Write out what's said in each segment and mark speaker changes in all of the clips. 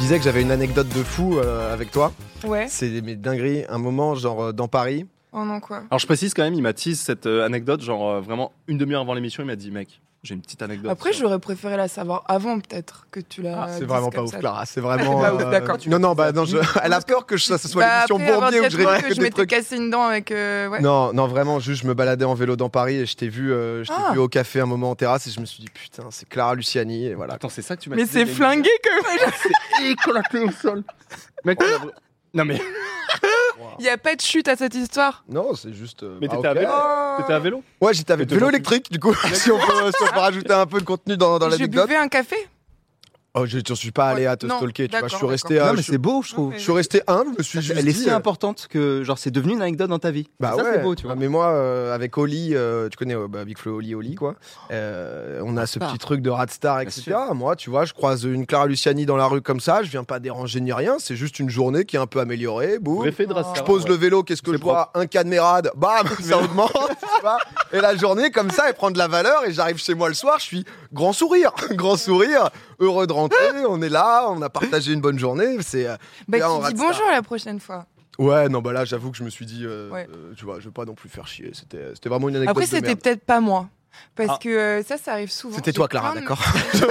Speaker 1: disais que j'avais une anecdote de fou euh, avec toi.
Speaker 2: Ouais.
Speaker 1: C'est mes dingueries. Un moment, genre euh, dans Paris.
Speaker 2: Oh non, quoi.
Speaker 3: Alors je précise quand même, il m'a teasé cette euh, anecdote, genre euh, vraiment une demi-heure avant l'émission, il m'a dit mec, j'ai une petite anecdote.
Speaker 2: Après,
Speaker 3: sur-
Speaker 2: j'aurais préféré la savoir avant, peut-être, que tu la.
Speaker 1: Ah, C'est
Speaker 2: dises
Speaker 1: vraiment pas
Speaker 2: comme
Speaker 1: ouf,
Speaker 2: ça.
Speaker 1: Clara. C'est vraiment.
Speaker 2: pas ouf, d'accord.
Speaker 1: Non, non, bah non, je... elle a peur que je- ça, ce soit
Speaker 2: Bah,
Speaker 1: l'émission
Speaker 2: après avoir
Speaker 1: Bourbier
Speaker 2: dit
Speaker 1: où
Speaker 2: à
Speaker 1: je
Speaker 2: Théo
Speaker 1: révèle
Speaker 2: que je
Speaker 1: des
Speaker 2: m'étais
Speaker 1: trucs.
Speaker 2: cassé une dent avec. euh, ouais.
Speaker 1: Non, non, vraiment, juste, je me baladais en vélo dans Paris et je t'ai vu, euh, je t'ai
Speaker 2: Ah.
Speaker 1: vu au café un moment en terrasse et je me suis dit, putain, c'est Clara Luciani et voilà.
Speaker 3: Attends, c'est ça que tu m'as
Speaker 2: Mais c'est
Speaker 3: teasé, il y a une-
Speaker 2: flingué que
Speaker 3: C'est éclaté au sol. Mec, on a- non mais
Speaker 2: Oh. Il y a pas de chute à cette histoire.
Speaker 1: Non, c'est juste. euh,
Speaker 3: Mais
Speaker 1: bah,
Speaker 3: t'étais à
Speaker 1: ok.
Speaker 3: vélo
Speaker 2: Oh.
Speaker 3: t'étais à vélo.
Speaker 1: Ouais, j'étais avec
Speaker 3: T'étais
Speaker 1: vélo
Speaker 3: dans-
Speaker 1: électrique, du coup, si on peut, si on peut rajouter un peu de contenu dans, dans
Speaker 2: J'ai
Speaker 1: l'anecdote.
Speaker 2: buvé un café.
Speaker 1: Oh, je ne suis pas allé
Speaker 2: Ouais,
Speaker 1: à te
Speaker 2: non,
Speaker 1: stalker, tu vois. Je suis
Speaker 2: d'accord,
Speaker 1: resté.
Speaker 4: Non,
Speaker 1: euh,
Speaker 4: mais
Speaker 1: je,
Speaker 4: c'est beau, je trouve.
Speaker 1: je suis resté humble, je me suis juste.
Speaker 4: Elle est si
Speaker 1: dit, euh,
Speaker 4: importante que, genre, c'est devenu une anecdote dans ta vie.
Speaker 1: Bah
Speaker 4: ça,
Speaker 1: ouais.
Speaker 4: c'est beau, tu
Speaker 1: Ah,
Speaker 4: vois.
Speaker 1: mais moi, euh, avec Oli, euh, tu connais euh, bah, Big Flo Oli Oli, quoi. Euh, on a ce
Speaker 4: Radstar.
Speaker 1: petit truc de Radstar, etc. Moi, tu vois, je croise une Clara Luciani dans la rue comme ça, je viens pas déranger ni rien, c'est juste une journée qui est un peu améliorée. Boum.
Speaker 3: Préfet de
Speaker 2: Oh.
Speaker 3: Rasta.
Speaker 1: Je pose le vélo, qu'est-ce que
Speaker 3: C'est
Speaker 1: je vois Un cadmérade, bam, ça augmente, tu vois. Et la journée, comme ça, elle prend de la valeur et j'arrive chez moi le soir, je suis grand sourire, grand sourire, heureux de rentrer, on est là, on a partagé une bonne journée, c'est... euh,
Speaker 2: Bah,
Speaker 1: Là, on
Speaker 2: tu
Speaker 1: rate
Speaker 2: dis
Speaker 1: ça.
Speaker 2: bonjour la prochaine fois.
Speaker 1: Ouais, non, bah là, j'avoue que je me suis dit, euh,
Speaker 2: Ouais.
Speaker 1: euh, tu vois, je vais pas non plus faire chier, c'était euh, c'était vraiment une anecdote
Speaker 2: Après,
Speaker 1: de
Speaker 2: c'était
Speaker 1: merde.
Speaker 2: peut-être pas moi. Parce
Speaker 3: Ah.
Speaker 2: que euh, ça, ça arrive souvent.
Speaker 1: C'était
Speaker 2: J'ai
Speaker 1: toi, Clara,
Speaker 2: plein de-
Speaker 1: d'accord
Speaker 2: Non,
Speaker 1: Je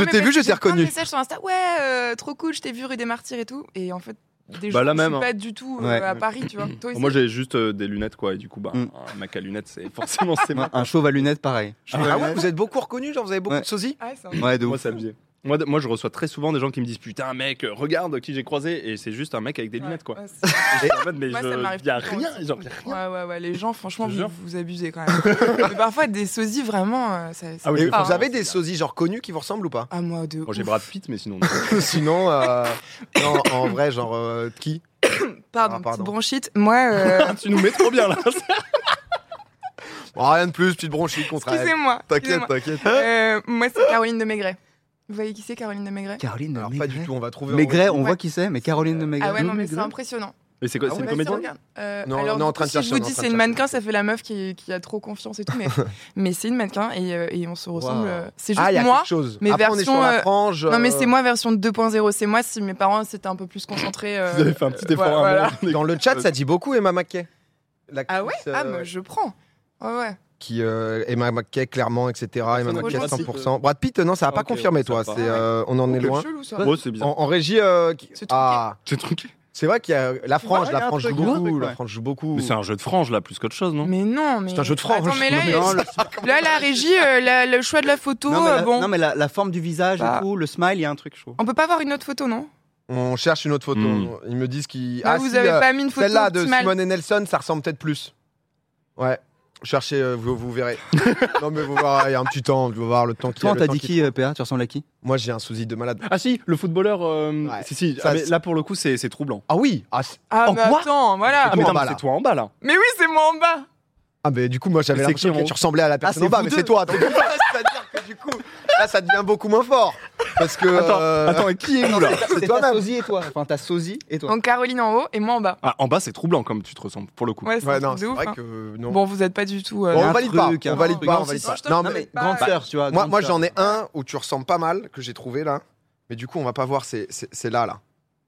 Speaker 2: mais
Speaker 1: t'ai
Speaker 2: parce
Speaker 1: vu, je
Speaker 2: que
Speaker 1: t'ai reconnu.
Speaker 2: J'ai plein de messages sur Insta. Ouais, euh, trop cool, je t'ai vu rue des Martyrs et tout. Et en fait, des
Speaker 3: Bah,
Speaker 2: gens
Speaker 3: la
Speaker 2: qui
Speaker 3: même,
Speaker 2: sont
Speaker 3: hein.
Speaker 2: pas du tout euh,
Speaker 4: Ouais.
Speaker 2: à Paris, tu vois. Toi,
Speaker 3: Moi j'ai juste euh, des lunettes quoi et du coup bah
Speaker 4: Mm.
Speaker 3: un Mac à lunettes c'est forcément c'est moi.
Speaker 4: Un- Un chauve à lunettes, pareil. Chauve à
Speaker 1: Ah ouais,
Speaker 4: lunettes.
Speaker 1: vous êtes beaucoup reconnus, genre vous avez beaucoup
Speaker 4: Ouais.
Speaker 1: de sosie
Speaker 2: Ah, c'est un-
Speaker 4: Ouais, de
Speaker 3: Moi
Speaker 4: ouf.
Speaker 3: ça me faisait- Moi, de- moi, je reçois très souvent des gens qui me disent putain mec euh, regarde qui j'ai croisé et c'est juste un mec avec des lunettes quoi.
Speaker 2: Ouais, c'est-
Speaker 3: Et je suis en mode, mais
Speaker 2: Moi,
Speaker 3: je-
Speaker 2: ça m'arrive
Speaker 3: y a
Speaker 2: tout le temps
Speaker 3: rien
Speaker 2: aussi.
Speaker 3: genre, y a rien.
Speaker 2: Ouais, ouais, ouais, les gens, franchement,
Speaker 3: Je
Speaker 2: vous,
Speaker 3: jure.
Speaker 2: vous abusez quand même. Mais parfois, des sosies, vraiment, euh, ça. ça
Speaker 3: Ah oui,
Speaker 2: fait
Speaker 1: Et
Speaker 3: mais
Speaker 2: pas,
Speaker 1: Vous
Speaker 2: hein.
Speaker 1: avez des sosies, genre connus qui vous ressemblent ou pas
Speaker 2: Ah, moi, de.
Speaker 3: Moi j'ai
Speaker 2: ouf.
Speaker 3: Brad Pitt mais sinon.
Speaker 1: Sinon, euh, non, en vrai, genre, euh, qui
Speaker 2: Pardon,
Speaker 1: Ah, pardon.
Speaker 2: petite bronchite. Moi, euh,
Speaker 3: tu nous mets trop bien là.
Speaker 1: Bon, Oh, Rien de plus, petite bronchite contre elle.
Speaker 2: excusez-moi.
Speaker 1: T'inquiète,
Speaker 2: excusez-moi.
Speaker 1: t'inquiète.
Speaker 2: Euh, moi, c'est Caroline de Maigret. Vous voyez qui c'est, Caroline de Maigret
Speaker 4: Caroline
Speaker 1: Alors, pas
Speaker 4: Maigret.
Speaker 1: du tout, on va trouver.
Speaker 4: Maigret, on
Speaker 2: Ouais.
Speaker 4: voit qui c'est, mais Caroline de Maigret.
Speaker 2: Ah ouais, non, mais c'est
Speaker 4: Maigret.
Speaker 2: impressionnant.
Speaker 3: Mais c'est quoi
Speaker 1: Ah ouais,
Speaker 3: C'est une
Speaker 2: Bah,
Speaker 1: comédienne
Speaker 2: si,
Speaker 3: comédienne
Speaker 2: regarde. Euh,
Speaker 1: Non,
Speaker 2: alors,
Speaker 1: on est en
Speaker 2: du
Speaker 1: train
Speaker 2: coup,
Speaker 1: de
Speaker 2: Si
Speaker 1: chercher,
Speaker 2: je
Speaker 1: on est
Speaker 2: vous
Speaker 1: en
Speaker 2: dis
Speaker 1: train
Speaker 2: c'est
Speaker 1: de
Speaker 2: une
Speaker 1: chercher.
Speaker 2: mannequin, ça fait la meuf qui, qui a trop confiance et tout, mais, mais c'est une mannequin et, euh, et on se ressemble.
Speaker 4: Waouh.
Speaker 2: euh, C'est juste
Speaker 1: Ah, il y a
Speaker 2: moi.
Speaker 1: quelque chose.
Speaker 2: mais
Speaker 1: Après, on est sur
Speaker 2: version,
Speaker 1: la
Speaker 2: euh,
Speaker 1: frange.
Speaker 2: Non, mais
Speaker 1: euh,
Speaker 2: c'est moi version 2.0. C'est moi si mes parents s'étaient un peu plus concentrés. euh,
Speaker 3: Vous avez fait un petit
Speaker 2: euh,
Speaker 3: effort à un
Speaker 2: voilà.
Speaker 3: moment donné.
Speaker 1: Dans le chat, ça dit beaucoup Emma Mackey. L'actrice,
Speaker 2: Ah ouais
Speaker 1: euh,
Speaker 2: Ah, moi, je prends. Ouais, ouais.
Speaker 1: Qui, euh, Emma Mackey, clairement, etc. Emma
Speaker 2: me
Speaker 1: Mackey,
Speaker 2: rejoint.
Speaker 1: 100%. Brad Pitt, euh, non, ça n'a
Speaker 3: Ah,
Speaker 1: pas
Speaker 3: ok,
Speaker 1: confirmé,
Speaker 3: ouais,
Speaker 1: toi.
Speaker 3: sympa.
Speaker 1: C'est, euh, on en est loin.
Speaker 2: Chelou, ça.
Speaker 3: Ouais, c'est
Speaker 1: En,
Speaker 3: bizarre.
Speaker 1: en régie. euh, qui-
Speaker 2: C'est truqué.
Speaker 1: Ah,
Speaker 3: C'est truqué.
Speaker 1: c'est vrai qu'il y a la frange.
Speaker 4: Ouais,
Speaker 1: la
Speaker 4: il y a un
Speaker 1: frange joue
Speaker 4: truc, il y a un
Speaker 1: beaucoup.
Speaker 4: truc,
Speaker 1: la
Speaker 4: ouais.
Speaker 1: frange joue beaucoup.
Speaker 3: Mais c'est un jeu de frange là plus qu'autre chose non
Speaker 2: Mais non, mais.
Speaker 1: C'est un jeu de frange.
Speaker 2: Attends, mais là,
Speaker 1: Non,
Speaker 2: il-
Speaker 1: mais
Speaker 4: Non,
Speaker 2: là,
Speaker 4: le-
Speaker 2: la régie, euh, la- le choix de la photo,
Speaker 4: non, mais
Speaker 2: euh,
Speaker 4: la-
Speaker 2: bon.
Speaker 4: non, mais la, la forme du visage
Speaker 2: Bah.
Speaker 4: et tout, le smile, il y a un truc, je trouve.
Speaker 2: On peut pas avoir une autre photo, non
Speaker 1: On cherche une autre photo.
Speaker 3: Hmm.
Speaker 1: Ils me disent qu'ils.
Speaker 2: Ah,
Speaker 1: Ah,
Speaker 2: Vous
Speaker 1: si,
Speaker 2: avez
Speaker 1: euh,
Speaker 2: pas mis une photo
Speaker 1: Celle-là de
Speaker 2: optimale.
Speaker 1: Simone et Nelson, ça ressemble peut-être plus. Ouais. Cherchez, euh, vous, vous verrez. non, mais vous verrez, il y a un petit temps, vous voir le temps qui
Speaker 4: Toi, on
Speaker 1: le
Speaker 4: t'a
Speaker 1: temps
Speaker 4: dit
Speaker 1: qu'il
Speaker 4: qui, euh, PA Tu ressembles à qui
Speaker 1: faut. Moi, j'ai un sosie de malade.
Speaker 3: Ah si, le footballeur. euh,
Speaker 1: Ouais.
Speaker 3: Si si.
Speaker 1: Ça,
Speaker 3: ah, mais
Speaker 1: c'est-
Speaker 3: là pour le coup c'est c'est troublant.
Speaker 1: Ah oui Ah, c'est-
Speaker 2: Ah,
Speaker 3: En
Speaker 2: mais
Speaker 3: quoi
Speaker 2: attends, voilà.
Speaker 3: Ah, mais
Speaker 1: toi en
Speaker 3: non,
Speaker 1: bas,
Speaker 3: mais
Speaker 1: là.
Speaker 3: c'est toi en bas là.
Speaker 2: Mais oui, c'est moi en bas.
Speaker 1: Ah, mais du coup, moi, j'avais
Speaker 3: Mais c'est
Speaker 1: l'impression
Speaker 3: qui,
Speaker 1: que
Speaker 3: en
Speaker 1: tu
Speaker 3: haut
Speaker 1: ressemblais à la personne
Speaker 4: c'est
Speaker 1: en bas,
Speaker 4: vous
Speaker 1: mais
Speaker 4: deux.
Speaker 1: c'est toi. Donc, là, c'est-à-dire que du coup, là, ça devient beaucoup moins fort. Parce que. euh,
Speaker 3: Attends, et qui est où là
Speaker 4: C'est
Speaker 1: toi-même.
Speaker 4: ta sosie et toi. Enfin, ta sosie et toi.
Speaker 2: Donc Caroline en haut et moi en bas.
Speaker 3: Ah, en bas, c'est troublant comme tu te ressembles, pour le coup.
Speaker 2: Ouais, c'est
Speaker 1: Ouais,
Speaker 2: un truc
Speaker 1: non,
Speaker 2: de
Speaker 1: c'est
Speaker 2: ouf,
Speaker 1: vrai
Speaker 2: hein.
Speaker 1: que. euh, Non.
Speaker 2: Bon, vous êtes pas du tout. euh,
Speaker 1: Bon,
Speaker 4: y a
Speaker 1: on
Speaker 4: un
Speaker 1: valide
Speaker 4: truc,
Speaker 1: pas,
Speaker 4: un
Speaker 1: on valide
Speaker 2: truc.
Speaker 1: pas,
Speaker 2: Non,
Speaker 1: on valide
Speaker 2: si,
Speaker 1: pas.
Speaker 2: si, je te
Speaker 1: Non,
Speaker 2: reconnais.
Speaker 1: mais
Speaker 2: Bah,
Speaker 4: grande
Speaker 2: bah.
Speaker 4: sœur, tu vois.
Speaker 1: moi,
Speaker 4: grande
Speaker 1: moi
Speaker 4: sœur.
Speaker 1: j'en ai un où tu ressembles pas mal, que j'ai trouvé là. Mais du coup, on va pas voir, c'est- c'est c'est là, là.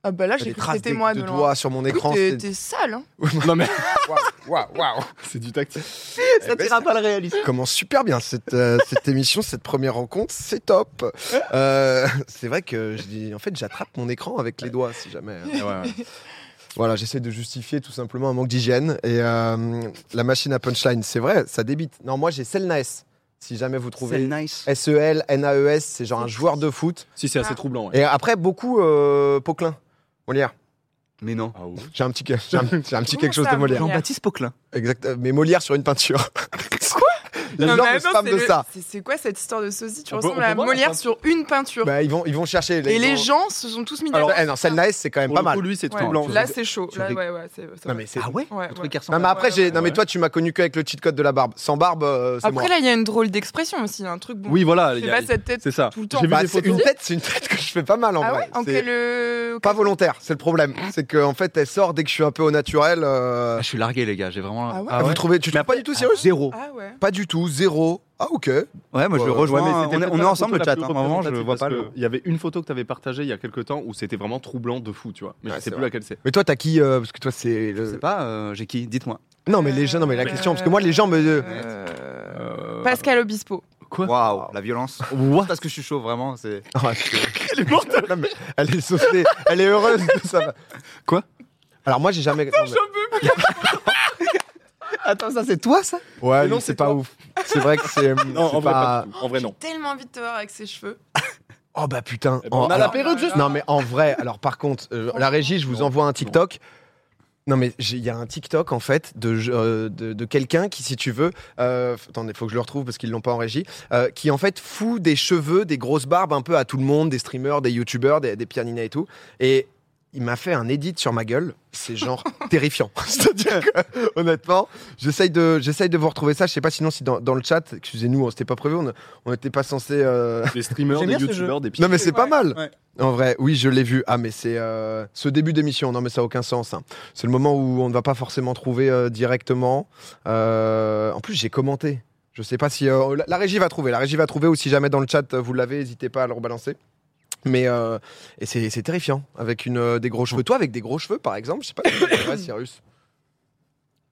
Speaker 2: Ah bah là,
Speaker 1: Il y a
Speaker 2: j'ai
Speaker 1: des
Speaker 2: cru que
Speaker 1: traces
Speaker 2: c'était
Speaker 1: de,
Speaker 2: moi
Speaker 1: de
Speaker 2: de loin.
Speaker 1: doigts sur mon
Speaker 2: Du coup,
Speaker 1: écran.
Speaker 2: T'es
Speaker 1: c'est-
Speaker 2: t'es sale, hein
Speaker 3: Non mais
Speaker 1: Waouh, waouh, waouh.
Speaker 3: c'est du tactile.
Speaker 4: Ça tira pas le réalisme.
Speaker 1: commence super bien cette, euh, cette émission, cette première rencontre, c'est top. Euh, c'est vrai que je dis, en fait, j'attrape mon écran avec les doigts, si jamais. hein.
Speaker 3: Ouais, ouais.
Speaker 1: Voilà, j'essaie de justifier tout simplement un manque d'hygiène et euh, la machine à punchline, c'est vrai, ça débite. Non, moi j'ai Selnaes. Si jamais vous
Speaker 4: C'est
Speaker 1: trouvez
Speaker 4: nice.
Speaker 1: S E L N A E S, c'est genre un joueur de foot.
Speaker 3: Si c'est assez
Speaker 2: Ah.
Speaker 3: troublant. Ouais.
Speaker 1: Et après beaucoup euh, Poquelin. Molière.
Speaker 4: Mais non.
Speaker 3: Ah, ouf.
Speaker 1: J'ai un petit, j'ai un, j'ai un petit
Speaker 2: Comment
Speaker 1: quelque chose
Speaker 2: ça,
Speaker 1: de Molière.
Speaker 2: Molière
Speaker 4: Jean-Baptiste Poquelin.
Speaker 1: Exact. euh, Mais Molière sur une peinture. Quoi Le
Speaker 2: Non, mais
Speaker 1: genre de
Speaker 2: attends,
Speaker 1: spam
Speaker 2: c'est
Speaker 1: de
Speaker 2: le-
Speaker 1: ça.
Speaker 2: c'est- C'est quoi cette histoire de sosie Tu
Speaker 3: On peut-
Speaker 2: ressembles
Speaker 3: on peut
Speaker 2: à
Speaker 3: voir la
Speaker 2: Molière
Speaker 3: peinture.
Speaker 2: sur une peinture.
Speaker 1: Bah, ils vont, ils vont chercher. là,
Speaker 2: et
Speaker 1: ils
Speaker 2: les
Speaker 1: vont-
Speaker 2: gens se sont tous mis
Speaker 3: Alors,
Speaker 2: d'accord.
Speaker 1: Eh non, celle-là, c'est quand même
Speaker 3: Pour
Speaker 1: pas
Speaker 3: le
Speaker 1: mal.
Speaker 3: coup, lui, c'est
Speaker 2: Ouais.
Speaker 3: troublant.
Speaker 2: Là, c'est chaud.
Speaker 4: tu
Speaker 2: Là,
Speaker 4: rig-
Speaker 2: ouais, ouais, c'est c'est
Speaker 1: Non,
Speaker 2: vrai.
Speaker 1: mais c'est.
Speaker 4: Ah ouais
Speaker 2: Ouais,
Speaker 4: Le
Speaker 2: ouais.
Speaker 4: truc qui
Speaker 1: Non,
Speaker 4: ressemble.
Speaker 1: mais après,
Speaker 2: Ouais,
Speaker 1: j'ai...
Speaker 2: ouais,
Speaker 1: non, mais
Speaker 3: ouais.
Speaker 1: toi, tu m'as connu qu'avec le cheat code de la barbe. Sans barbe, euh, c'est moi.
Speaker 2: Après, là, il y a une drôle d'expression aussi, un truc bon.
Speaker 3: Oui, voilà. il
Speaker 2: C'est
Speaker 3: y a-
Speaker 2: pas cette tête.
Speaker 3: C'est ça.
Speaker 2: tout le temps.
Speaker 3: J'ai vu
Speaker 1: Bah,
Speaker 3: des
Speaker 1: c'est
Speaker 3: photos.
Speaker 1: une tête, c'est une tête que je fais pas mal en
Speaker 2: Ah
Speaker 1: vrai.
Speaker 2: ouais En
Speaker 1: C'est
Speaker 2: quel. euh,
Speaker 1: Pas volontaire, c'est le problème.
Speaker 3: Ah.
Speaker 1: C'est qu'en fait, elle sort dès que je suis un peu au naturel. euh,
Speaker 4: Ah, je suis largué, les gars. J'ai vraiment.
Speaker 2: Ah ouais
Speaker 1: Vous trouvez, tu
Speaker 3: Mais
Speaker 1: trouves pas
Speaker 3: après-
Speaker 1: du tout
Speaker 4: Ah,
Speaker 1: sérieux
Speaker 4: Zéro.
Speaker 2: Ah ouais.
Speaker 1: Pas du tout, zéro. Ah, ok.
Speaker 4: Ouais, moi je
Speaker 1: Ouais,
Speaker 4: le
Speaker 1: ouais.
Speaker 4: rejoins.
Speaker 3: Ouais, mais c'était
Speaker 4: on, est,
Speaker 3: peut-être
Speaker 4: on est
Speaker 3: la
Speaker 4: ensemble
Speaker 3: photo
Speaker 4: le
Speaker 3: la
Speaker 4: chat.
Speaker 3: plus
Speaker 4: hein. En revanche, je
Speaker 3: représentative
Speaker 4: vois pas
Speaker 3: parce
Speaker 4: le.
Speaker 3: que Il y avait une photo que tu avais partagée il y a quelques temps où c'était vraiment troublant de fou, tu vois. Mais
Speaker 1: Ouais,
Speaker 3: je sais
Speaker 1: c'est
Speaker 3: plus laquelle c'est.
Speaker 1: Mais toi, t'as qui euh, Parce que toi, c'est.
Speaker 4: Je sais
Speaker 1: Le...
Speaker 4: pas, euh, j'ai qui Dites-moi.
Speaker 1: Non, mais les gens, non, mais la question, parce que moi, les gens me.
Speaker 2: Euh, Pascal Obispo.
Speaker 3: Quoi
Speaker 4: Waouh, la violence.
Speaker 1: What
Speaker 4: Parce que je suis chaud, vraiment. C'est.
Speaker 1: Ah, putain. Non, mais elle est sauvée, elle est heureuse de ça.
Speaker 4: Quoi
Speaker 1: Alors moi j'ai jamais. non, mais-
Speaker 4: Attends, ça c'est toi ça
Speaker 1: Ouais,
Speaker 3: Mais non,
Speaker 1: mais c'est
Speaker 3: c'est
Speaker 1: pas
Speaker 3: toi.
Speaker 1: ouf. C'est vrai que c'est.
Speaker 3: Non, en
Speaker 1: c'est
Speaker 3: vrai,
Speaker 1: pas-
Speaker 3: pas du tout. En vrai, non.
Speaker 2: Tellement envie de te voir avec ses cheveux.
Speaker 1: Oh bah putain.
Speaker 3: Eh ben,
Speaker 1: En-
Speaker 3: on a la
Speaker 1: alors-
Speaker 3: perruque juste.
Speaker 1: Non mais en vrai, alors par contre, euh, la régie, je vous
Speaker 3: Non,
Speaker 1: envoie un TikTok. Non mais j'ai- il y a un TikTok en fait de, euh, de, de quelqu'un qui si tu veux, euh, f- attendez faut que je le retrouve parce qu'ils l'ont pas en régie, euh, qui en fait fout des cheveux, des grosses barbes un peu à tout le monde, des streamers, des youtubeurs, des, des pianinas et tout. Et il m'a fait un edit sur ma gueule, c'est genre terrifiant. C'est-à-dire que, honnêtement, j'essaye de, j'essaye de vous retrouver ça, je sais pas sinon si dans, dans le chat, excusez-nous, on s'était pas prévu, on- on n'était pas censé... euh,
Speaker 3: Des streamers,
Speaker 4: J'aime
Speaker 3: des
Speaker 4: bien ce jeu.
Speaker 3: youtubeurs, des
Speaker 1: non mais c'est pas
Speaker 2: Ouais.
Speaker 1: mal.
Speaker 4: Ouais.
Speaker 1: En vrai, oui, je l'ai vu. Ah mais c'est euh, ce début d'émission. Non mais ça a aucun sens. hein. C'est le moment où on ne va pas forcément trouver euh, directement. Euh, en plus, j'ai commenté. Je sais pas si euh, la, la régie va trouver. La régie va trouver ou si jamais dans le chat euh, vous l'avez, n'hésitez pas à le rebalancer. Mais euh, et c'est c'est terrifiant avec une euh, des gros cheveux. Toi avec des gros cheveux par exemple, je sais pas. si c'est vrai, Cyrus.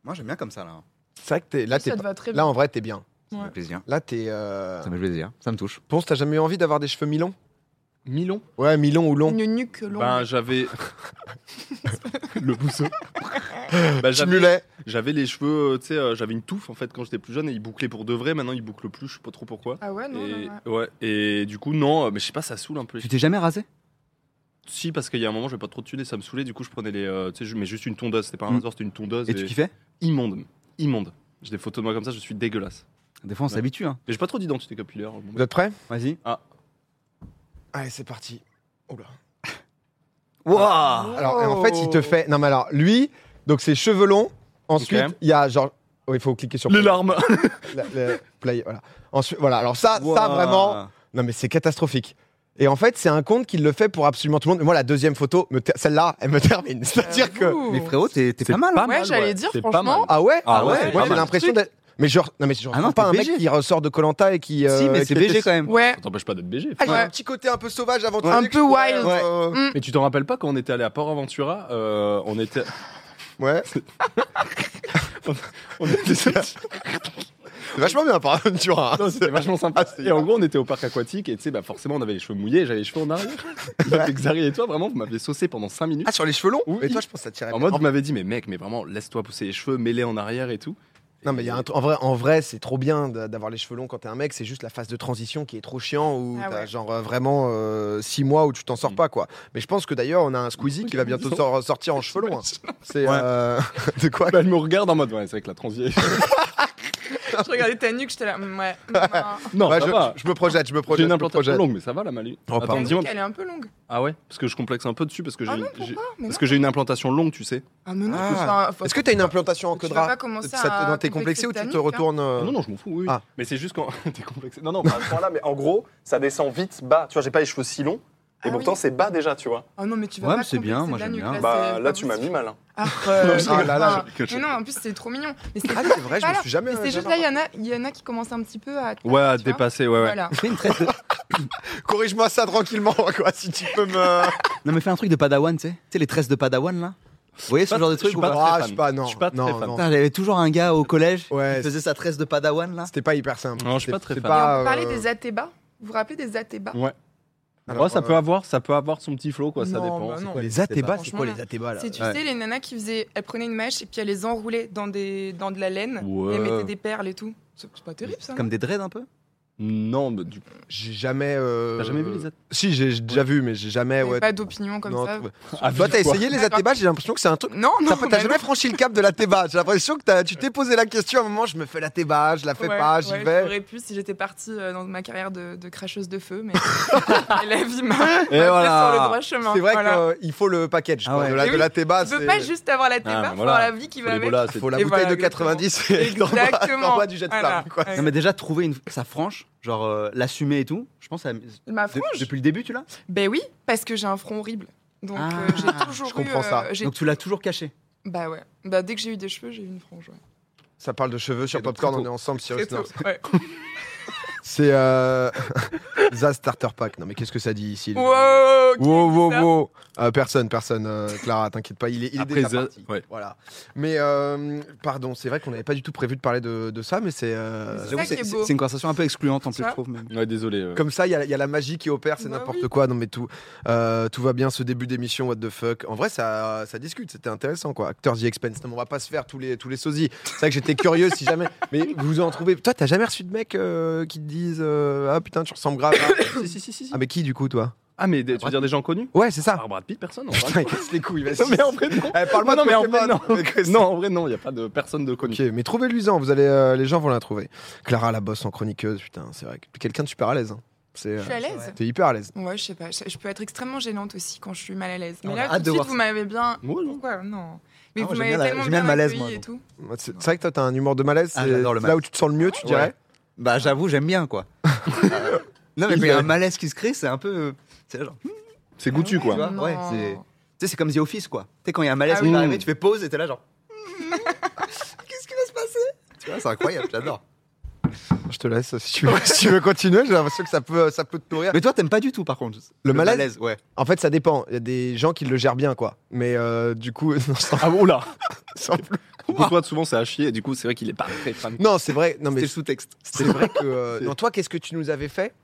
Speaker 4: Moi j'aime bien comme ça là. hein.
Speaker 1: C'est vrai que t'es- là t'es
Speaker 2: Ça te
Speaker 1: pas-
Speaker 2: va très
Speaker 1: là
Speaker 2: bien.
Speaker 1: en vrai t'es bien.
Speaker 4: Ça me
Speaker 2: Ouais.
Speaker 4: fait plaisir.
Speaker 1: Là t'es. Euh...
Speaker 4: Ça me fait plaisir. Ça me touche.
Speaker 1: Ponce, t'as jamais eu envie d'avoir des cheveux mi-longs
Speaker 3: Milon
Speaker 1: Ouais, mi-longs ou longs.
Speaker 2: Une nuque longue.
Speaker 3: Ben, j'avais. le bousseau. Bah,
Speaker 1: Tu
Speaker 3: j'avais-
Speaker 1: mulais.
Speaker 3: J'avais les cheveux, euh, tu sais, euh, j'avais une touffe en fait quand j'étais plus jeune et ils bouclaient pour de vrai. Maintenant ils bouclent plus, je sais pas trop pourquoi.
Speaker 2: Ah ouais, non, non,
Speaker 3: et,
Speaker 1: Euh,
Speaker 2: ouais.
Speaker 3: ouais, et du coup, non, euh, mais je sais pas, ça saoule un peu.
Speaker 4: Tu t'es jamais rasé
Speaker 3: Si, parce qu'il y a un moment, j'avais pas trop de thunes et ça me saoulait. Du coup, je prenais les. euh, tu sais, je- mais juste une tondeuse, c'était pas un
Speaker 4: Mm.
Speaker 3: rasoir, c'était une tondeuse.
Speaker 4: Et tu kiffais
Speaker 3: Immonde, immonde. J'ai des photos de moi comme ça, je suis dégueulasse.
Speaker 4: Des fois on s'habitue. Hein.
Speaker 3: Mais j'ai pas trop d'identité capillaire. bon,
Speaker 1: Vous êtes prêts
Speaker 4: Vas-y.
Speaker 1: Allez, c'est parti. Oula.
Speaker 4: Waouh
Speaker 1: Alors, et en fait, il te fait. Non, mais alors, lui, donc c'est cheveux longs. Ensuite, il
Speaker 3: Ok.
Speaker 1: y a genre. Oh, il faut cliquer sur.
Speaker 3: Les
Speaker 1: play.
Speaker 3: larmes
Speaker 1: La- le play, voilà. Ensuite, voilà. Alors, ça, ça vraiment. Non, mais c'est catastrophique. Et en fait, c'est un compte qui le fait pour absolument tout le monde. Moi, la deuxième photo, me ter- celle-là, elle me termine. C'est-à-dire que.
Speaker 2: J'avoue.
Speaker 4: Mais frérot, t'es t'es pas mal. hein.
Speaker 2: Ouais, j'allais dire,
Speaker 3: C'est
Speaker 2: franchement.
Speaker 3: mal.
Speaker 1: Ah ouais
Speaker 4: Ah ouais,
Speaker 1: Moi,
Speaker 4: pas
Speaker 1: j'ai
Speaker 4: mal.
Speaker 1: l'impression d'être. Mais genre. Non, mais genre.
Speaker 4: Ah non,
Speaker 1: pas
Speaker 4: t'es
Speaker 1: un mec
Speaker 4: BG.
Speaker 1: qui ressort de Colanta et qui.
Speaker 4: Si,
Speaker 1: euh,
Speaker 4: mais
Speaker 1: qui
Speaker 4: c'est
Speaker 1: était-
Speaker 4: BG quand même.
Speaker 2: Ouais.
Speaker 3: Ça t'empêche pas d'être BG.
Speaker 1: Ah, j'ai
Speaker 2: Ouais.
Speaker 1: un petit côté un peu sauvage avant
Speaker 2: Un peu wild.
Speaker 1: Ouais.
Speaker 2: Mm.
Speaker 3: Mais tu t'en rappelles pas quand on était allé à Port Aventura, euh, on était.
Speaker 1: Ouais.
Speaker 3: On était...
Speaker 1: C'est vachement bien, par exemple, tu vois.
Speaker 3: Non, c'était vachement sympa. Et en gros, on était au parc aquatique et tu sais, bah, forcément, on avait les cheveux mouillés, et j'avais les cheveux en arrière. Avec Xari et toi, vraiment, vous m'aviez saucé pendant 5 minutes.
Speaker 1: Ah, sur les cheveux longs
Speaker 3: Oui.
Speaker 1: Mais toi, je pense que ça tirait
Speaker 3: en
Speaker 1: bien.
Speaker 3: mode, vous m'avez dit, mais mec, mais vraiment, laisse-toi pousser les cheveux, mets-les en arrière et tout.
Speaker 1: Non, mais il y a un tr- en vrai, en vrai c'est trop bien d'a- d'avoir les cheveux longs quand t'es un mec. C'est juste la phase de transition qui est trop chiant où
Speaker 2: Ah
Speaker 1: t'as
Speaker 2: ouais.
Speaker 1: genre euh, vraiment 6 mois où tu t'en sors
Speaker 3: Mm.
Speaker 1: pas quoi. Mais je pense que d'ailleurs on a un Squeezie qui va bientôt sor- sortir en cheveux longs. hein. C'est
Speaker 4: Ouais.
Speaker 1: euh, de quoi
Speaker 3: Bah, elle me regarde en mode, ouais, c'est vrai que la transition.
Speaker 2: Je regardais ta nuque, j'étais là. mm, Ouais. mm, ah.
Speaker 3: non,
Speaker 1: Ouais,
Speaker 3: ça
Speaker 1: je,
Speaker 3: va.
Speaker 1: je me projette, je me
Speaker 3: J'ai
Speaker 1: projette.
Speaker 3: une
Speaker 1: je me
Speaker 3: implantation
Speaker 1: projette.
Speaker 3: longue, mais ça va la Mali.
Speaker 1: Oh, pardon.
Speaker 2: Ta
Speaker 3: Attends, dis-moi.
Speaker 2: nuque, elle est un peu longue.
Speaker 3: Ah ouais Parce que je complexe un peu dessus parce que j'ai
Speaker 2: Ah non,
Speaker 3: j'ai-
Speaker 2: pourquoi Mais
Speaker 3: parce
Speaker 2: non.
Speaker 3: que j'ai une implantation longue, tu sais.
Speaker 2: Ah, mais non.
Speaker 1: Ah.
Speaker 2: enfin, faut-
Speaker 1: Est-ce que t'as une implantation en
Speaker 2: tu vas
Speaker 1: quadra
Speaker 2: pas commencer
Speaker 1: Ça te-
Speaker 2: à
Speaker 1: Non, t'es complexé
Speaker 2: complexer
Speaker 1: ou
Speaker 2: ta
Speaker 1: tu te
Speaker 2: nuque, hein.
Speaker 1: retournes euh,
Speaker 3: Ah non, non, je m'en fous, oui. oui.
Speaker 1: Ah.
Speaker 3: Mais c'est juste quand t'es complexé. Non, non, pas à ce point-là, mais en gros, ça descend vite bas. Tu vois, j'ai pas les cheveux si longs.
Speaker 2: Ah oui.
Speaker 3: c'est bas déjà, tu vois. Bah,
Speaker 2: Ah non, mais tu vas
Speaker 4: Ouais,
Speaker 2: pas
Speaker 4: mais c'est bien,
Speaker 2: complexer
Speaker 4: moi,
Speaker 2: de la
Speaker 4: j'aime
Speaker 2: nuque,
Speaker 4: bien.
Speaker 2: là, c'est pas possible.
Speaker 3: mal. hein.
Speaker 2: Ah,
Speaker 1: je rigole.
Speaker 2: euh,
Speaker 1: Ah là là,
Speaker 2: enfin, Mais non, en plus, c'est trop mignon. Mais c'est
Speaker 1: Ah, c'est vrai, je me
Speaker 2: pas
Speaker 1: suis jamais. euh,
Speaker 2: Mais c'est juste là,
Speaker 1: jamais-
Speaker 2: il y en a- il y en a qui commencent un petit peu à.
Speaker 3: Ouais,
Speaker 2: tu vois.
Speaker 3: dépassé, ouais, ouais.
Speaker 2: Voilà.
Speaker 4: Fais une traite de-
Speaker 1: Corrige-moi ça tranquillement, quoi, si tu peux me.
Speaker 4: Non mais fais un truc de Padawan, tu sais. Tu sais les tresses de Padawan là. Vous voyez ce
Speaker 3: pas-
Speaker 4: genre de
Speaker 3: je
Speaker 4: truc
Speaker 3: suis
Speaker 4: ou
Speaker 3: pas
Speaker 4: pas
Speaker 3: très
Speaker 1: Ah,
Speaker 3: fan.
Speaker 1: je sais pas, non.
Speaker 3: Je suis pas très
Speaker 1: non,
Speaker 3: fan.
Speaker 1: non.
Speaker 4: Putain, j'avais toujours un gars au collège
Speaker 1: Ouais,
Speaker 4: qui faisait sa tresse de Padawan là.
Speaker 1: C'était pas hyper simple.
Speaker 3: Non, je suis pas très
Speaker 1: C'est
Speaker 3: fan.
Speaker 2: Et on peut parler
Speaker 1: euh,
Speaker 2: des athébas. Vous vous rappelez des athébas
Speaker 3: Ouais.
Speaker 1: Alors,
Speaker 3: Ouais, ça
Speaker 1: euh,
Speaker 3: peut avoir, ça peut avoir son petit flow, quoi. ça
Speaker 2: Non,
Speaker 3: dépend.
Speaker 2: bah non.
Speaker 4: Ouais,
Speaker 1: Les
Speaker 4: c'est
Speaker 1: athébas,
Speaker 4: pas-
Speaker 1: c'est quoi
Speaker 2: franchement,
Speaker 1: les athébas là
Speaker 2: C'est, tu
Speaker 4: Ouais.
Speaker 2: sais, les nanas qui faisaient. Elles prenaient une mèche et puis elles les enroulaient dans, des, dans de la laine et
Speaker 3: Ouais.
Speaker 2: elles mettaient des perles et tout. C'est, c'est pas terrible ça. hein. non
Speaker 4: Comme des dreads un peu.
Speaker 3: Non, mais du coup,
Speaker 1: J'ai jamais. euh,
Speaker 3: t'as jamais vu les athées
Speaker 1: Si, j'ai j'ai déjà vu, mais j'ai jamais.
Speaker 2: J'avais
Speaker 1: Ouais,
Speaker 2: Pas d'opinion comme
Speaker 1: non,
Speaker 2: ça.
Speaker 1: trouvé.
Speaker 3: Ah,
Speaker 1: Toi, t'as
Speaker 3: quoi
Speaker 1: essayé les
Speaker 2: D'accord.
Speaker 1: athébas, j'ai l'impression que c'est un truc.
Speaker 2: Non, non,
Speaker 1: T'as pas- t'as
Speaker 2: bah
Speaker 1: jamais
Speaker 2: non.
Speaker 1: franchi le cap de l'athéba. J'ai l'impression que t'as- tu t'es posé la question à un moment, je me fais l'athéba, je la fais
Speaker 2: Ouais,
Speaker 1: pas, j'y
Speaker 2: ouais,
Speaker 1: vais.
Speaker 2: J'aurais pu si j'étais partie euh, dans ma carrière de, de cracheuse de feu, mais mais la vie m'a m'a
Speaker 3: Et
Speaker 2: fait
Speaker 3: voilà.
Speaker 2: sur le droit chemin.
Speaker 1: C'est vrai
Speaker 2: Voilà.
Speaker 1: qu'il faut le package
Speaker 4: Ah
Speaker 1: quoi,
Speaker 4: ouais.
Speaker 1: de la-
Speaker 2: Et
Speaker 1: de
Speaker 2: oui,
Speaker 1: l'athéba.
Speaker 2: Tu peux
Speaker 1: c'est-
Speaker 2: pas juste avoir la théba,
Speaker 3: Ah,
Speaker 2: faut
Speaker 3: voilà.
Speaker 2: avoir la vie qui
Speaker 3: Faut
Speaker 2: va
Speaker 3: les
Speaker 2: avec.
Speaker 3: bolas, c'est-
Speaker 1: Faut la
Speaker 2: Et
Speaker 1: bouteille
Speaker 2: voilà,
Speaker 1: de 90 et t'en bois- t'en
Speaker 2: Exactement.
Speaker 1: bois du jet de
Speaker 2: Voilà.
Speaker 1: flamme, quoi.
Speaker 2: Ouais.
Speaker 4: Non mais déjà trouver une sa frange, genre euh, l'assumer et tout. Je pense à de-
Speaker 2: Ma frange
Speaker 4: depuis le début tu l'as.
Speaker 2: Ben oui, parce que j'ai un front horrible. Donc
Speaker 4: Ah,
Speaker 2: euh, j'ai toujours
Speaker 1: je
Speaker 2: eu,
Speaker 1: comprends ça.
Speaker 2: euh, j'ai-
Speaker 4: Donc tu l'as toujours caché.
Speaker 2: Bah ouais. Bah dès que j'ai eu des cheveux, j'ai eu une frange. ouais.
Speaker 1: Ça parle de cheveux sur
Speaker 4: Et donc,
Speaker 1: Popcorn,
Speaker 4: très
Speaker 1: on
Speaker 4: tôt.
Speaker 1: est ensemble, Cyrus.
Speaker 2: Très
Speaker 1: non.
Speaker 2: tôt, ouais.
Speaker 1: C'est euh... The Starter Pack. Non, mais qu'est-ce que ça dit ici le-
Speaker 2: Wow, qui
Speaker 1: Wow,
Speaker 2: dit
Speaker 1: wow,
Speaker 2: ça
Speaker 1: wow. Euh, personne, personne, euh, Clara, t'inquiète pas, il est, il est
Speaker 3: Après,
Speaker 1: déjà
Speaker 3: ça-
Speaker 1: parti.
Speaker 3: ouais.
Speaker 1: Voilà. Mais euh, pardon, c'est vrai qu'on n'avait pas du tout prévu de parler de, de ça, mais c'est euh,
Speaker 2: C'est
Speaker 4: Bah, J'avoue,
Speaker 2: ça qui
Speaker 4: c'est
Speaker 2: est beau.
Speaker 4: c'est une conversation un peu excluante en plus,
Speaker 2: Ça.
Speaker 4: je trouve. mais-
Speaker 3: Ouais, désolé. euh.
Speaker 1: comme ça, il y, a- il y a la magie qui opère, c'est
Speaker 2: Bah
Speaker 1: n'importe
Speaker 2: oui.
Speaker 1: quoi. Non mais tout, euh, tout va bien. Ce début d'émission, what the fuck. En vrai, ça, ça discute. C'était intéressant, quoi. Acteurs The Expense. Non, mais on va pas se faire tous les tous les sosies. C'est vrai que j'étais curieux si jamais. Mais vous en trouvez. Toi, t'as jamais reçu de mecs euh, qui te disent euh, ah putain, tu ressembles grave. à-
Speaker 3: Si, si, si, si, si.
Speaker 1: ah mais qui du coup, toi
Speaker 3: Ah, mais des- tu veux dire des gens connus
Speaker 1: Ouais, c'est ça.
Speaker 3: Par Ah, Brad Pitt,
Speaker 2: Ah,
Speaker 3: personne. en vrai.
Speaker 1: Putain, il casse les couilles. vas-y.
Speaker 3: Non, mais en vrai, non.
Speaker 1: Eh, Parle-moi
Speaker 3: Non,
Speaker 1: de
Speaker 3: mais en
Speaker 1: Pokémon.
Speaker 3: vrai, non. Non, en vrai, non, il n'y a pas de personne de connu.
Speaker 1: Ok, mais trouvez-lui-en, vous allez, euh, les gens vont la trouver. Clara la bosse en chroniqueuse, putain, c'est vrai. que- Quelqu'un de super à l'aise. hein. C'est,
Speaker 2: Je
Speaker 1: euh,
Speaker 2: suis à l'aise.
Speaker 1: t'es hyper à l'aise.
Speaker 2: Ouais, je sais pas. Je je peux être extrêmement gênante aussi quand je suis mal à l'aise.
Speaker 4: Ah, On
Speaker 2: Mais
Speaker 4: a
Speaker 2: là,
Speaker 4: hâte
Speaker 2: tout
Speaker 4: de
Speaker 2: de suite,
Speaker 4: voir
Speaker 2: vous
Speaker 4: ça.
Speaker 2: m'avez bien.
Speaker 3: Moi, non.
Speaker 2: Pourquoi Non. Mais
Speaker 4: Ah, moi,
Speaker 2: vous
Speaker 4: j'aime
Speaker 2: m'avez
Speaker 4: bien la-
Speaker 2: tellement
Speaker 4: j'aime
Speaker 2: bien
Speaker 4: bien le malaise,
Speaker 2: accueilli
Speaker 4: moi,
Speaker 2: et
Speaker 4: donc.
Speaker 2: tout.
Speaker 1: Moi, C'est, c'est vrai que toi, t'as un humour de malaise.
Speaker 4: Ah,
Speaker 1: c'est
Speaker 4: j'adore le
Speaker 1: c'est
Speaker 4: malaise.
Speaker 1: là où tu te sens le mieux, tu
Speaker 4: Ouais.
Speaker 1: dirais.
Speaker 4: Bah, j'avoue, j'aime bien, quoi. Euh, non, mais
Speaker 1: Il
Speaker 4: il y a
Speaker 1: est-
Speaker 4: un malaise qui se crée, c'est un peu. C'est genre. Tu
Speaker 3: C'est goûtu, quoi.
Speaker 4: vois, ouais,
Speaker 2: Non.
Speaker 4: c'est. sais, c'est comme The Office, quoi. Tu sais, quand il y a un malaise
Speaker 2: Ah
Speaker 4: qui
Speaker 3: oui.
Speaker 4: va arriver, tu fais pause et t'es là, genre. Qu'est-ce qui va se passer Tu vois, c'est incroyable, j'adore.
Speaker 1: Je te laisse si tu veux, si tu veux continuer. J'ai l'impression que ça peut, ça peut te nourrir.
Speaker 4: Mais toi, t'aimes pas du tout, par contre.
Speaker 1: Le malaise
Speaker 4: ouais.
Speaker 1: En fait, ça dépend. Il y a des gens qui le gèrent bien, quoi. Mais euh, du coup, non, sans-
Speaker 3: Ah, bon, là.
Speaker 1: sans plus.
Speaker 3: Pour toi, souvent, c'est à chier. Et du coup, c'est vrai qu'il est pas très fan.
Speaker 1: non, c'est vrai. Non,
Speaker 4: C'était
Speaker 1: mais
Speaker 4: le sous-texte.
Speaker 1: C'est vrai que. euh, non, toi, qu'est-ce que tu nous avais fait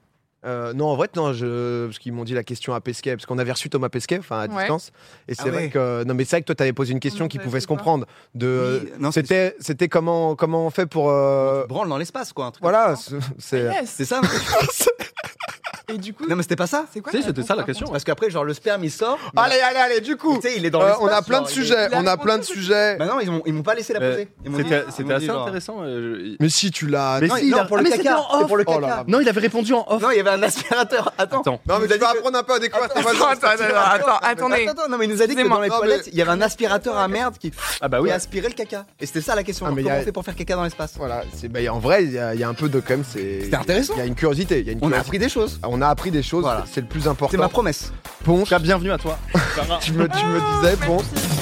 Speaker 1: Euh, Non, en vrai, non, je... parce qu'ils m'ont dit la question à Pesquet, parce qu'on avait reçu Thomas Pesquet, enfin à
Speaker 2: Ouais.
Speaker 1: distance. Et c'est
Speaker 4: Ah
Speaker 1: vrai
Speaker 4: ouais.
Speaker 1: que. Non, mais c'est vrai que toi, t'avais posé une question
Speaker 2: nous
Speaker 1: qui
Speaker 2: avait
Speaker 1: pouvait
Speaker 2: fait
Speaker 1: se
Speaker 2: quoi
Speaker 1: comprendre. De... euh,
Speaker 4: Oui, non, c'est-
Speaker 1: C'était c'était comment, comment on fait pour. euh,
Speaker 4: Branle dans l'espace, quoi. Un truc.
Speaker 1: Voilà, c'est- c'est.
Speaker 2: Yes.
Speaker 4: C'est ça hein.
Speaker 2: Et du coup,
Speaker 4: Non, mais c'était pas ça
Speaker 2: c'est quoi
Speaker 3: Tu sais,
Speaker 2: ta
Speaker 3: c'était ça, la
Speaker 2: réponse, par
Speaker 3: question.
Speaker 4: Parce qu'après, genre, le sperme, il sort. mais-
Speaker 1: Allez, allez, allez, du coup
Speaker 4: Tu sais, il est dans
Speaker 1: euh,
Speaker 4: l'espace.
Speaker 1: On a plein de
Speaker 4: genre, il est-
Speaker 1: sujets,
Speaker 2: Il a
Speaker 1: on a plein de
Speaker 2: répondu.
Speaker 1: sujets.
Speaker 4: Bah non, ils m'ont, ils m'ont pas laissé la
Speaker 3: Euh,
Speaker 4: poser. Ils m'ont dit-
Speaker 3: C'était
Speaker 4: ils
Speaker 3: c'était
Speaker 4: m'ont dit,
Speaker 3: assez
Speaker 4: genre-
Speaker 3: intéressant. euh, je-
Speaker 1: Mais si tu l'as.
Speaker 3: Mais
Speaker 4: Non,
Speaker 3: si, il
Speaker 4: non,
Speaker 3: a-
Speaker 4: pour
Speaker 3: Ah,
Speaker 4: le
Speaker 3: mais c'était
Speaker 4: caca.
Speaker 3: en
Speaker 4: C'est pour le
Speaker 1: off. Oh là
Speaker 4: caca.
Speaker 1: là.
Speaker 3: Non, il avait répondu en off.
Speaker 4: Non, il y avait un aspirateur. Attends.
Speaker 3: Attends.
Speaker 1: Non, mais
Speaker 4: Il nous
Speaker 1: tu vas
Speaker 4: a dit que-
Speaker 1: apprendre un peu à découvrir
Speaker 4: Attends,
Speaker 1: Thomas
Speaker 2: attends,
Speaker 1: Pesquet.
Speaker 2: attends, attends, attendez.
Speaker 4: Attends, non, mais il nous a dit que dans
Speaker 2: Excusez-moi.
Speaker 4: les
Speaker 1: Non, mais-
Speaker 4: toilettes, il y avait un aspirateur à merde qui,
Speaker 3: Ah, bah oui.
Speaker 4: qui aspirait le caca. Et c'était ça la question.
Speaker 1: Ah, mais
Speaker 4: comment
Speaker 1: il y a-
Speaker 4: on fait pour faire caca dans l'espace
Speaker 1: Voilà, c'est- bah, en vrai, il y, a il y a un peu de comme c'est.
Speaker 4: C'était intéressant.
Speaker 1: Il y a une curiosité. il Y a une
Speaker 4: On a
Speaker 1: curiosité.
Speaker 4: appris des choses.
Speaker 1: On a appris des choses,
Speaker 4: Voilà.
Speaker 1: c'est le plus important.
Speaker 4: C'est ma promesse.
Speaker 1: Ponche,
Speaker 3: Chat, bienvenue à toi. Sarah.
Speaker 1: tu me, tu me disais,
Speaker 2: contre
Speaker 1: Ponche.
Speaker 2: Merci.